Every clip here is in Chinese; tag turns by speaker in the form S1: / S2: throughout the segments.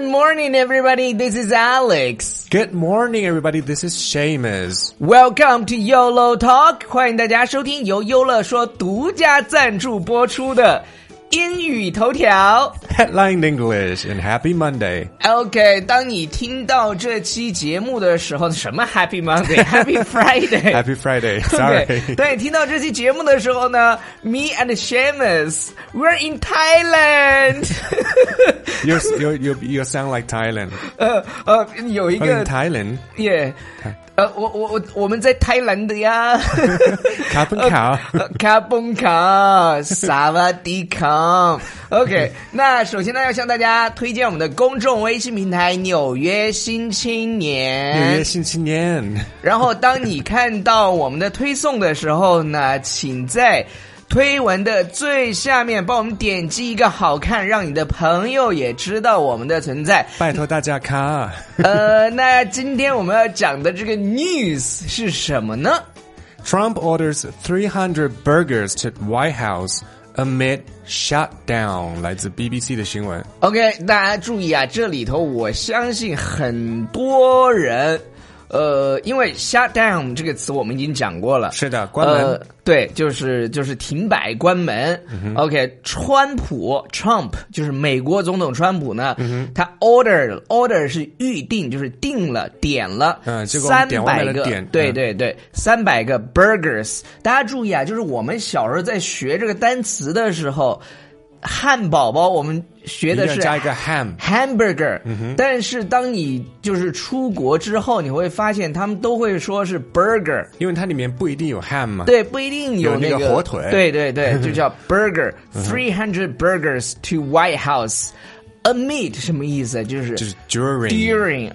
S1: morning, everybody. This is Alex.
S2: Good morning, everybody. This is Seamus.
S1: Welcome to YOLO Talk，欢迎大家收听由优乐说独家赞助播出的英语头条。
S2: Headline English and Happy Monday.
S1: OK，当你听到这期节目的时候，什么 Happy Monday，Happy Friday。
S2: Happy
S1: 对
S2: Friday. Sorry.。
S1: 对，听到这期节目的时候呢，Me and Shamus, we're in Thailand
S2: you you you you sound like Thailand.
S1: 呃呃，有一
S2: But in
S1: 个
S2: Thailand,
S1: 耶，呃，我我我我们在泰兰的呀。
S2: cap and cow.
S1: 呃卡蹦卡，萨瓦迪卡。OK，那首先呢，要向大家推荐我们的公众微信平台《纽约新青年》。
S2: 纽约新青年。
S1: 然后，当你看到我们的推送的时候呢，请在推文的最下面帮我们点击一个好看，让你的朋友也知道我们的存在。
S2: 拜托大家看。
S1: 呃，那今天我们要讲的这个 news 是什么呢？
S2: Trump orders 300 burgers to White House amid shutdown. 来自 BBC 的新闻。
S1: OK，大家注意啊，这里头我相信很多人，呃，因为 shut down 这个词我们已经讲过了，
S2: 是的关门
S1: 呃，对，就是就是停摆关门。OK，川普 Trump 就是美国总统川普呢，
S2: 嗯
S1: 他 order order 是预定，就是定了点了，
S2: 嗯结果我
S1: 三
S2: 们点外
S1: 百
S2: 卖
S1: 个
S2: 的点
S1: 对
S2: 嗯
S1: 对对，三百个 burgers。大家注意啊，就是我们小时候在学这个单词的时候。汉堡包，我们学的是
S2: 一定要加一个嗯 ham。
S1: hamburger，、但是当你就是出国之后，你会发现他们都会说是 burger，
S2: 因为它里面不一定有 ham 嘛。
S1: 对，不一定
S2: 有
S1: 那
S2: 那
S1: 个
S2: 个火腿嗯
S1: 对对对，就 叫 burger。Three hundred burgers to White House amid 什么意思？就是
S2: 就是 during。嗯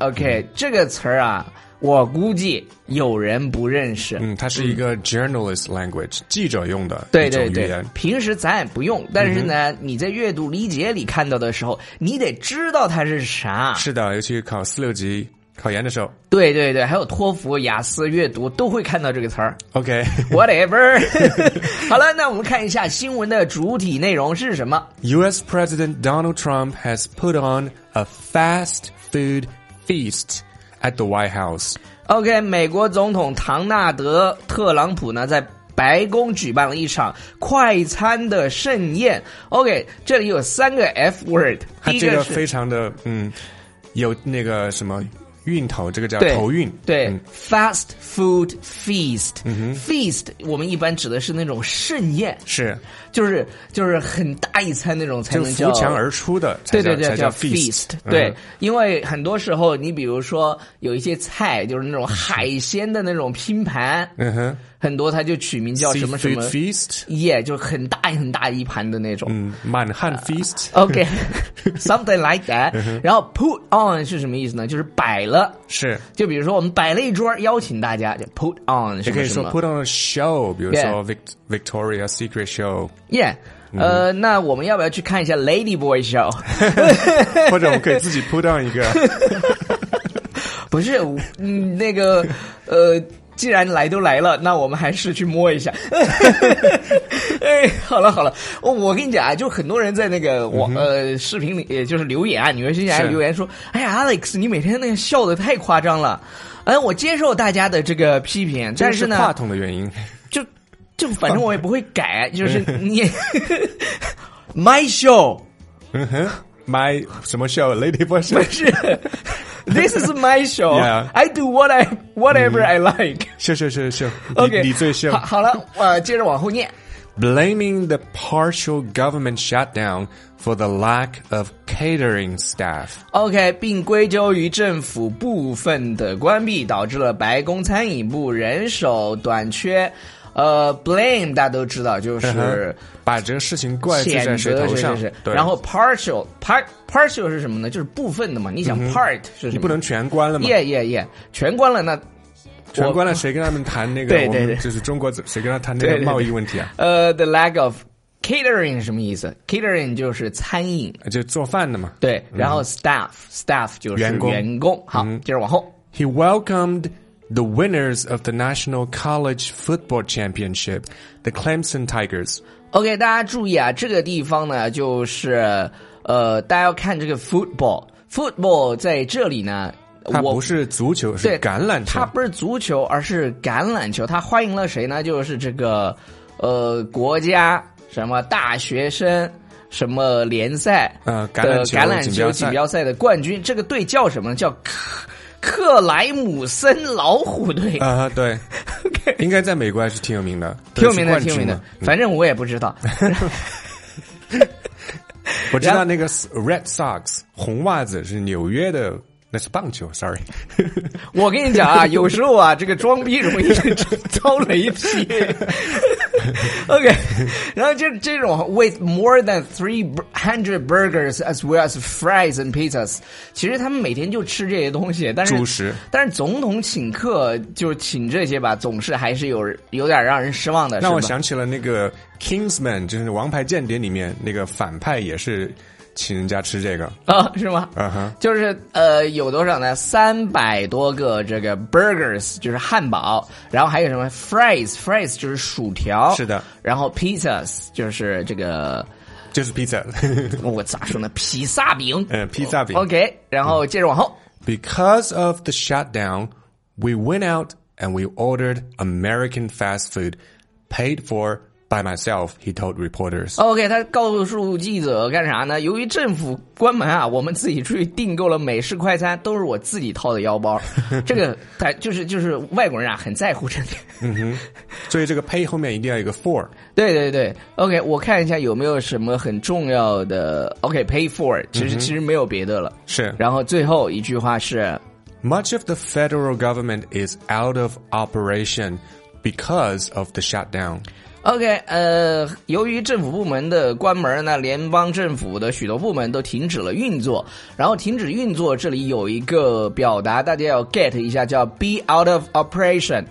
S1: during，OK，、这个词儿啊，我估计有人不认识。
S2: 嗯，它是一个 journalist language，、记者用的
S1: 对
S2: 一种
S1: 对
S2: 语
S1: 对
S2: 言，。嗯
S1: 平时咱也不用，但是呢，你在阅读理解里看到的时候，你得知道它是啥。
S2: 是的，尤其考四六级考研的时候。
S1: 对对对，还有托福、雅思阅读都会看到这个 词儿。
S2: OK，
S1: Whatever，好 了，那我们看一下新闻的主体内容是什么。
S2: U.S. President Donald Trump has put on a fast food feast at the White House.
S1: OK，美国总统唐纳德·特朗普呢，在白宫举办了一场快餐的盛宴。OK，这里有三个 F word，
S2: 他
S1: 第一
S2: 啊这个
S1: 是
S2: 非常的嗯，有那个什么运头，这个叫
S1: 对
S2: 头运。
S1: 对、
S2: 嗯
S1: f a s t food feast，feast、我们一般指的是那种盛宴，
S2: 是
S1: 就是就是很大一餐那种才
S2: 就
S1: 能
S2: 扶
S1: 叫
S2: 墙而出的才
S1: 对
S2: 叫
S1: 对对，
S2: 才叫
S1: feast，
S2: 嗯
S1: 对，因为很多时候你比如说有一些菜，就是那种海鲜的那种拼盘，
S2: 嗯哼，
S1: 很多它就取名叫什么什
S2: Seafood
S1: 么
S2: feast，
S1: 耶，就是很大很大一盘的那种。
S2: 嗯，满汉 feast，
S1: OK，something、like that。然
S2: 嗯
S1: 后 put on 是什么意思呢？就是摆了。
S2: 是。
S1: 就比如说我们摆了一桌，邀请大家就 put on
S2: 也
S1: 什
S2: 可
S1: 么
S2: 以
S1: 什
S2: 说
S1: 么。
S2: put on a show，比如说
S1: Yeah.
S2: Vic- Victoria Secret Show，
S1: 耶，
S2: 嗯
S1: 呃，那我们要不要去看一下 Lady Boy Show？
S2: 或者我们可以自己 put on 一个。
S1: 不是，嗯，那个，呃，既然来都来了，那我们还是去摸一下。 哎，好了好了，我我跟你讲啊，就很多人在那个网、呃视频里，也就是留言啊，你们之前还
S2: 嗯是
S1: 留言说，哎呀，Alex，你每天那个笑的太夸张了。哎，我接受大家的这个批评，但
S2: 这
S1: 呢，
S2: 话筒的 原因，
S1: 就就反
S2: 啊
S1: 正我也不会改， 就是你 my show
S2: 嗯哼，My 什么 show，Lady Boy show，
S1: 是 this is my show，I
S2: Yeah.
S1: do what I whatever I like。
S2: 秀秀秀秀，
S1: OK，
S2: 你你最秀
S1: 好，。好了，呃，接着往后念。
S2: Blaming the partial government shutdown for the lack of catering staff，
S1: OK，并归咎于政府部分的关闭，导致了白宫餐饮部人手短缺。呃，blame 大家都知道，就是
S2: 把这个事情嗯怪罪在
S1: 谴
S2: 谁
S1: 责
S2: 头
S1: 谁谁
S2: 上
S1: 谁。。
S2: 对，
S1: 然后 partial part partial 是什么呢？就是部分的嘛。你想 part 是
S2: 嗯你
S1: 什
S2: 不
S1: 么？
S2: 能全关了嘛，
S1: 耶耶耶，全关了那。
S2: 全关了谁跟他们谈那个？
S1: 对对
S2: 我们
S1: 对
S2: 就是中国谁跟他谈
S1: 对
S2: 那
S1: 对
S2: 个
S1: 对
S2: 贸易问题啊？
S1: 呃，the lack of catering 是什么意思？catering 就是餐饮，
S2: 就做饭的嘛。
S1: 对。然后 staff staff 就是
S2: 嗯员工嗯
S1: 员工。好，接着往后。
S2: He welcomed the winners of the National College Football Championship, the Clemson Tigers.
S1: OK，大家注意啊，这个地方呢，就是呃，大家要看这个 football。 football 在这里呢，
S2: 它
S1: 我
S2: 不是足球，是
S1: 对
S2: 橄榄球
S1: 它。不是足球，而是橄榄球。它欢迎了谁呢？就是这个呃国家什么大学生什么联赛
S2: 呃，橄榄
S1: 的
S2: 球
S1: 橄榄
S2: 锦
S1: 球
S2: 标
S1: 锦
S2: 赛，
S1: 标赛的冠军。这个队叫什么呢？叫克克莱姆森老虎队。
S2: 啊，对，应该在美国还是挺有名的，
S1: 挺有
S2: 对
S1: 名
S2: 是
S1: 的，
S2: 冠
S1: 挺有
S2: 军
S1: 名的
S2: 嘛。嗯
S1: 反正我也不知道。
S2: 我知
S1: 然
S2: 道
S1: 后
S2: 那个 Red Sox 红袜子是纽约的，那是棒球，sorry。
S1: 我跟你讲 啊，有时候啊，这个装逼容易 遭雷 劈。OK，然后这这种 with more than three hundred burgers as well as fries and pizzas，其实他们每天就吃这些东西，但是
S2: 主食
S1: 但是总统请客就请这些吧，总是还是有有点让人失望的，
S2: 让我
S1: 是吧？
S2: 想起了那个 Kingsman，就是《王牌间谍》里面那个反派也是请人家吃这个，
S1: 啊，是吗？
S2: 嗯哼，
S1: 就是呃，有多少呢？三百多个这个 burgers 就是汉堡，然后还有什么 fries，fries 就是薯条，
S2: 是的，
S1: 然后 pizzas 就是这个
S2: 就是 pizza，
S1: 我咋说呢？披萨饼，
S2: 呃，披萨饼。
S1: OK，然后接着往后，
S2: Because of the shutdown, we went out and we ordered American fast food, paid for by myself. He told reporters.
S1: OK，他告诉记者干啥呢？由于政府关门啊，我们自己出去订购了美式快餐，都是我自己掏的腰 包。这个他就是就是外国人啊，很在乎这点。
S2: 所以这个 pay 后面一定要有一个 for。
S1: 对对对，OK，我看一下有没有什么很重要的。OK，pay、for，其实、其实没有别的了。
S2: 是
S1: 然后最后一句话是
S2: Much of the federal government is out of operation because of the shutdown.
S1: ，OK，呃，由于政府部门的关门呢，联邦政府的许多部门都停止了运作。然后停止运作，这里有一个表达，大家要 get 一下，叫 be out of operation。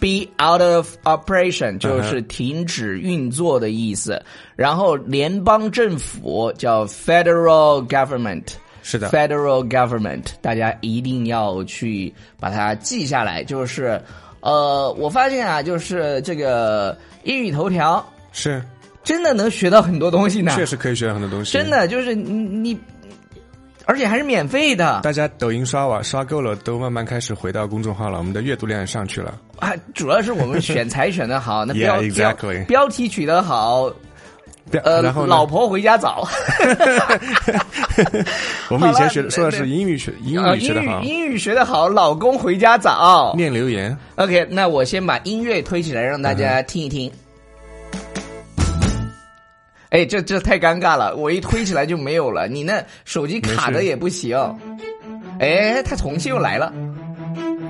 S1: be out of operation 就是停止运作的意思。然后联邦政府叫 federal government。
S2: 是的
S1: Federal government，大家一定要去把它记下来。就是，呃，我发现啊，就是这个英语头条
S2: 是，
S1: 真的能学到很多东西呢，
S2: 确实可以学到很多东西。
S1: 啊真，的就是你你，而且还是免费的
S2: 大家抖音刷完刷够了，都慢慢开始回到公众号了，我们的阅读量也上去了。
S1: 啊！主要是我们选材选的 好，那
S2: Yeah,
S1: 标
S2: exactly.
S1: 标标题取得好，
S2: 对
S1: 呃，
S2: 然后呢
S1: 老婆回家早，
S2: 我们以前
S1: 好了
S2: 学的说的
S1: 对
S2: 是
S1: 对
S2: 英语学英
S1: 啊
S2: 语学
S1: 英
S2: 的
S1: 语
S2: 好，
S1: 英语学的好，老公回家早。
S2: 念留言。
S1: OK，那我先把音乐推起来，让大
S2: 嗯
S1: 家听一听。哎，这这太尴尬了，我一推起来就没有了。你那手机卡
S2: 没
S1: 的
S2: 事
S1: 也不行。哎，他重新又来了。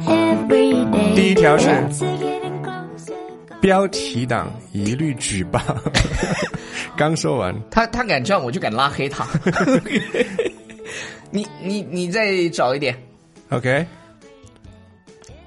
S3: Every day.
S2: 第一条是
S3: We're getting closer.
S2: 标题党一律举报， 刚说完。
S1: 他他敢这样，我就敢拉黑他。 你你你再找一点，
S2: OK，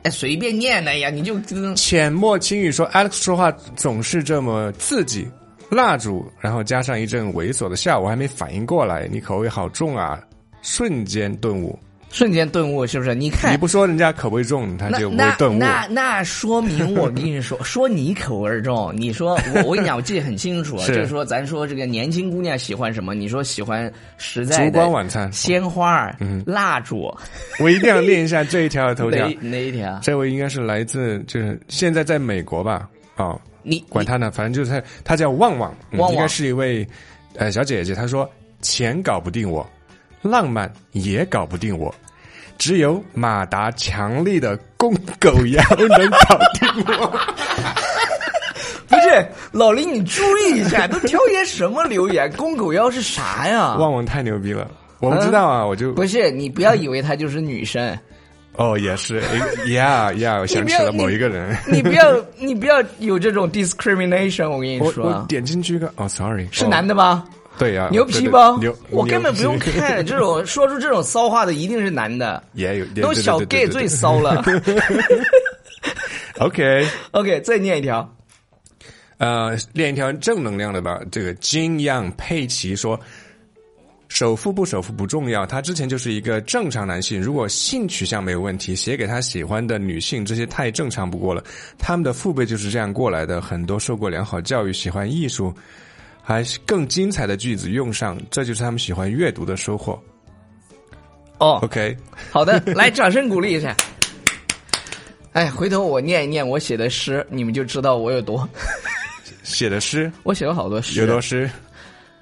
S1: 哎，随便念的呀，你就
S2: 浅墨轻语说 Alex 说话总是这么刺激，蜡烛，然后加上一阵猥琐的笑，我还没反应过来，你口味好重啊！瞬间顿悟，
S1: 瞬间顿悟，是不是？你看，
S2: 你不说人家口啊味重，他
S1: 那
S2: 就不会
S1: 那
S2: 顿悟。
S1: 那那说明我跟你说， 说你口味儿重。你说我我跟你讲，我记得很清楚啊，
S2: 是
S1: 就是说咱说这个年烛姑娘喜欢什么？你说喜欢实在
S2: 烛
S1: 的
S2: 光晚 餐
S1: 鲜花、嗯、蜡烛，
S2: 我一定要念一下这一条的头条
S1: 哪。哪一啊条？
S2: 这位应该是来自，就是现在在美国吧？哦，
S1: 你
S2: 管他呢，反正就是他，他叫旺旺，嗯
S1: 旺旺
S2: 应该是一位呃小姐姐。她说：“钱搞不定我，浪漫也搞不定我，只有马达强力的公狗腰能搞定 我。
S1: 不是老林，你注意一下，都挑些什么留言？公狗腰是啥”呀？
S2: 旺旺太牛逼了，我不知道啊，我就
S1: 不是，你不要以为她就是女 生，
S2: 哦，也是，yeah yeah，我想起了某一个人，
S1: 你不要你不要有这种 discrimination。我跟你
S2: 我
S1: 说
S2: 我
S1: 啊，
S2: 点进去一个，哦，sorry，
S1: 是
S2: 哦
S1: 男的吗？
S2: 对呀，
S1: 牛皮
S2: 啊对对
S1: 吧
S2: 牛，？
S1: 我根本不用
S2: 牛皮
S1: 看这种说出这种骚话的，一定是男的，
S2: 也有也
S1: 都
S2: 对对
S1: 小
S2: 对
S1: gay
S2: 对对
S1: 最骚 了。
S2: OK，
S1: OK，再念一条。
S2: 呃，练一条正能量的吧。这个金样佩奇说，首富不首富不重要，他之前就是一个正常男性。如果性取向没有问题，写给他喜欢的女性，这些太正常不过了。他们的父辈就是这样过来的，很多受过良好教育，喜欢艺术，还是更精彩的句子用上，这就是他们喜欢阅读的收获。
S1: 哦
S2: OK，
S1: 好的，来掌声鼓励一下。哎，回头我念一念我写的诗，你们就知道我有多。
S2: 写的诗
S1: 我写了好多诗，
S2: 有多诗，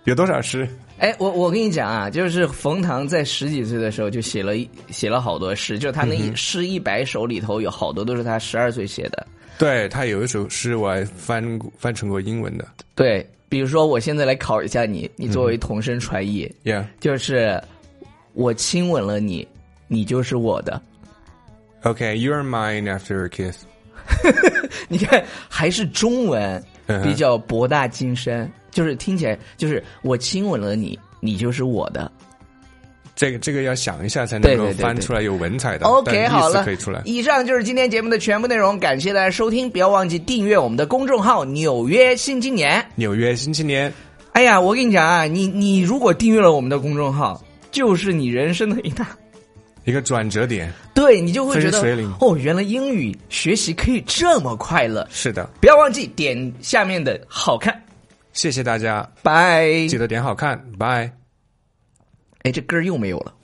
S2: 有多少诗？
S1: 哎，我我跟你讲啊，就是冯唐在十几岁的时候就写了一写了好多诗，就是他那
S2: 嗯
S1: 一诗一百首里头有好多都是他十二岁写的。
S2: 对他有一首诗我还翻过翻成过英文的
S1: 对，比如说我现在来考一下你，你
S2: 嗯
S1: 作为同声传译，
S2: ，Yeah。
S1: 就是我亲吻了你，你就是我的。
S2: Okay, you're mine after a kiss.
S1: 你看，还是中文
S2: 嗯哼
S1: 比较博大精深，就是听起来就是我亲吻了你，你就是我的。
S2: 这个这个要想一下才
S1: 对
S2: 能
S1: 对
S2: 够
S1: 对
S2: 翻
S1: 对
S2: 出来有文采的
S1: OK，
S2: 嗯但
S1: 好
S2: 意思
S1: 了
S2: 可以出来，。
S1: 以上就是今天节目的全部内容，感谢大家收听，不要忘记订阅我们的公众号《纽约新青年》。
S2: 纽约新青年，
S1: 哎呀，我跟你讲啊，你你如果订阅了我们的公众号，就是你人生的一大。
S2: 一个转折点。
S1: 对你就会觉得
S2: 分水岭
S1: 哦，原来英语学习可以这么快乐！
S2: 是的，
S1: 不要忘记点下面的好看，
S2: 谢谢大家，
S1: 拜。嗯
S2: 记得点好看，拜。
S1: 哎，这歌儿又没有了。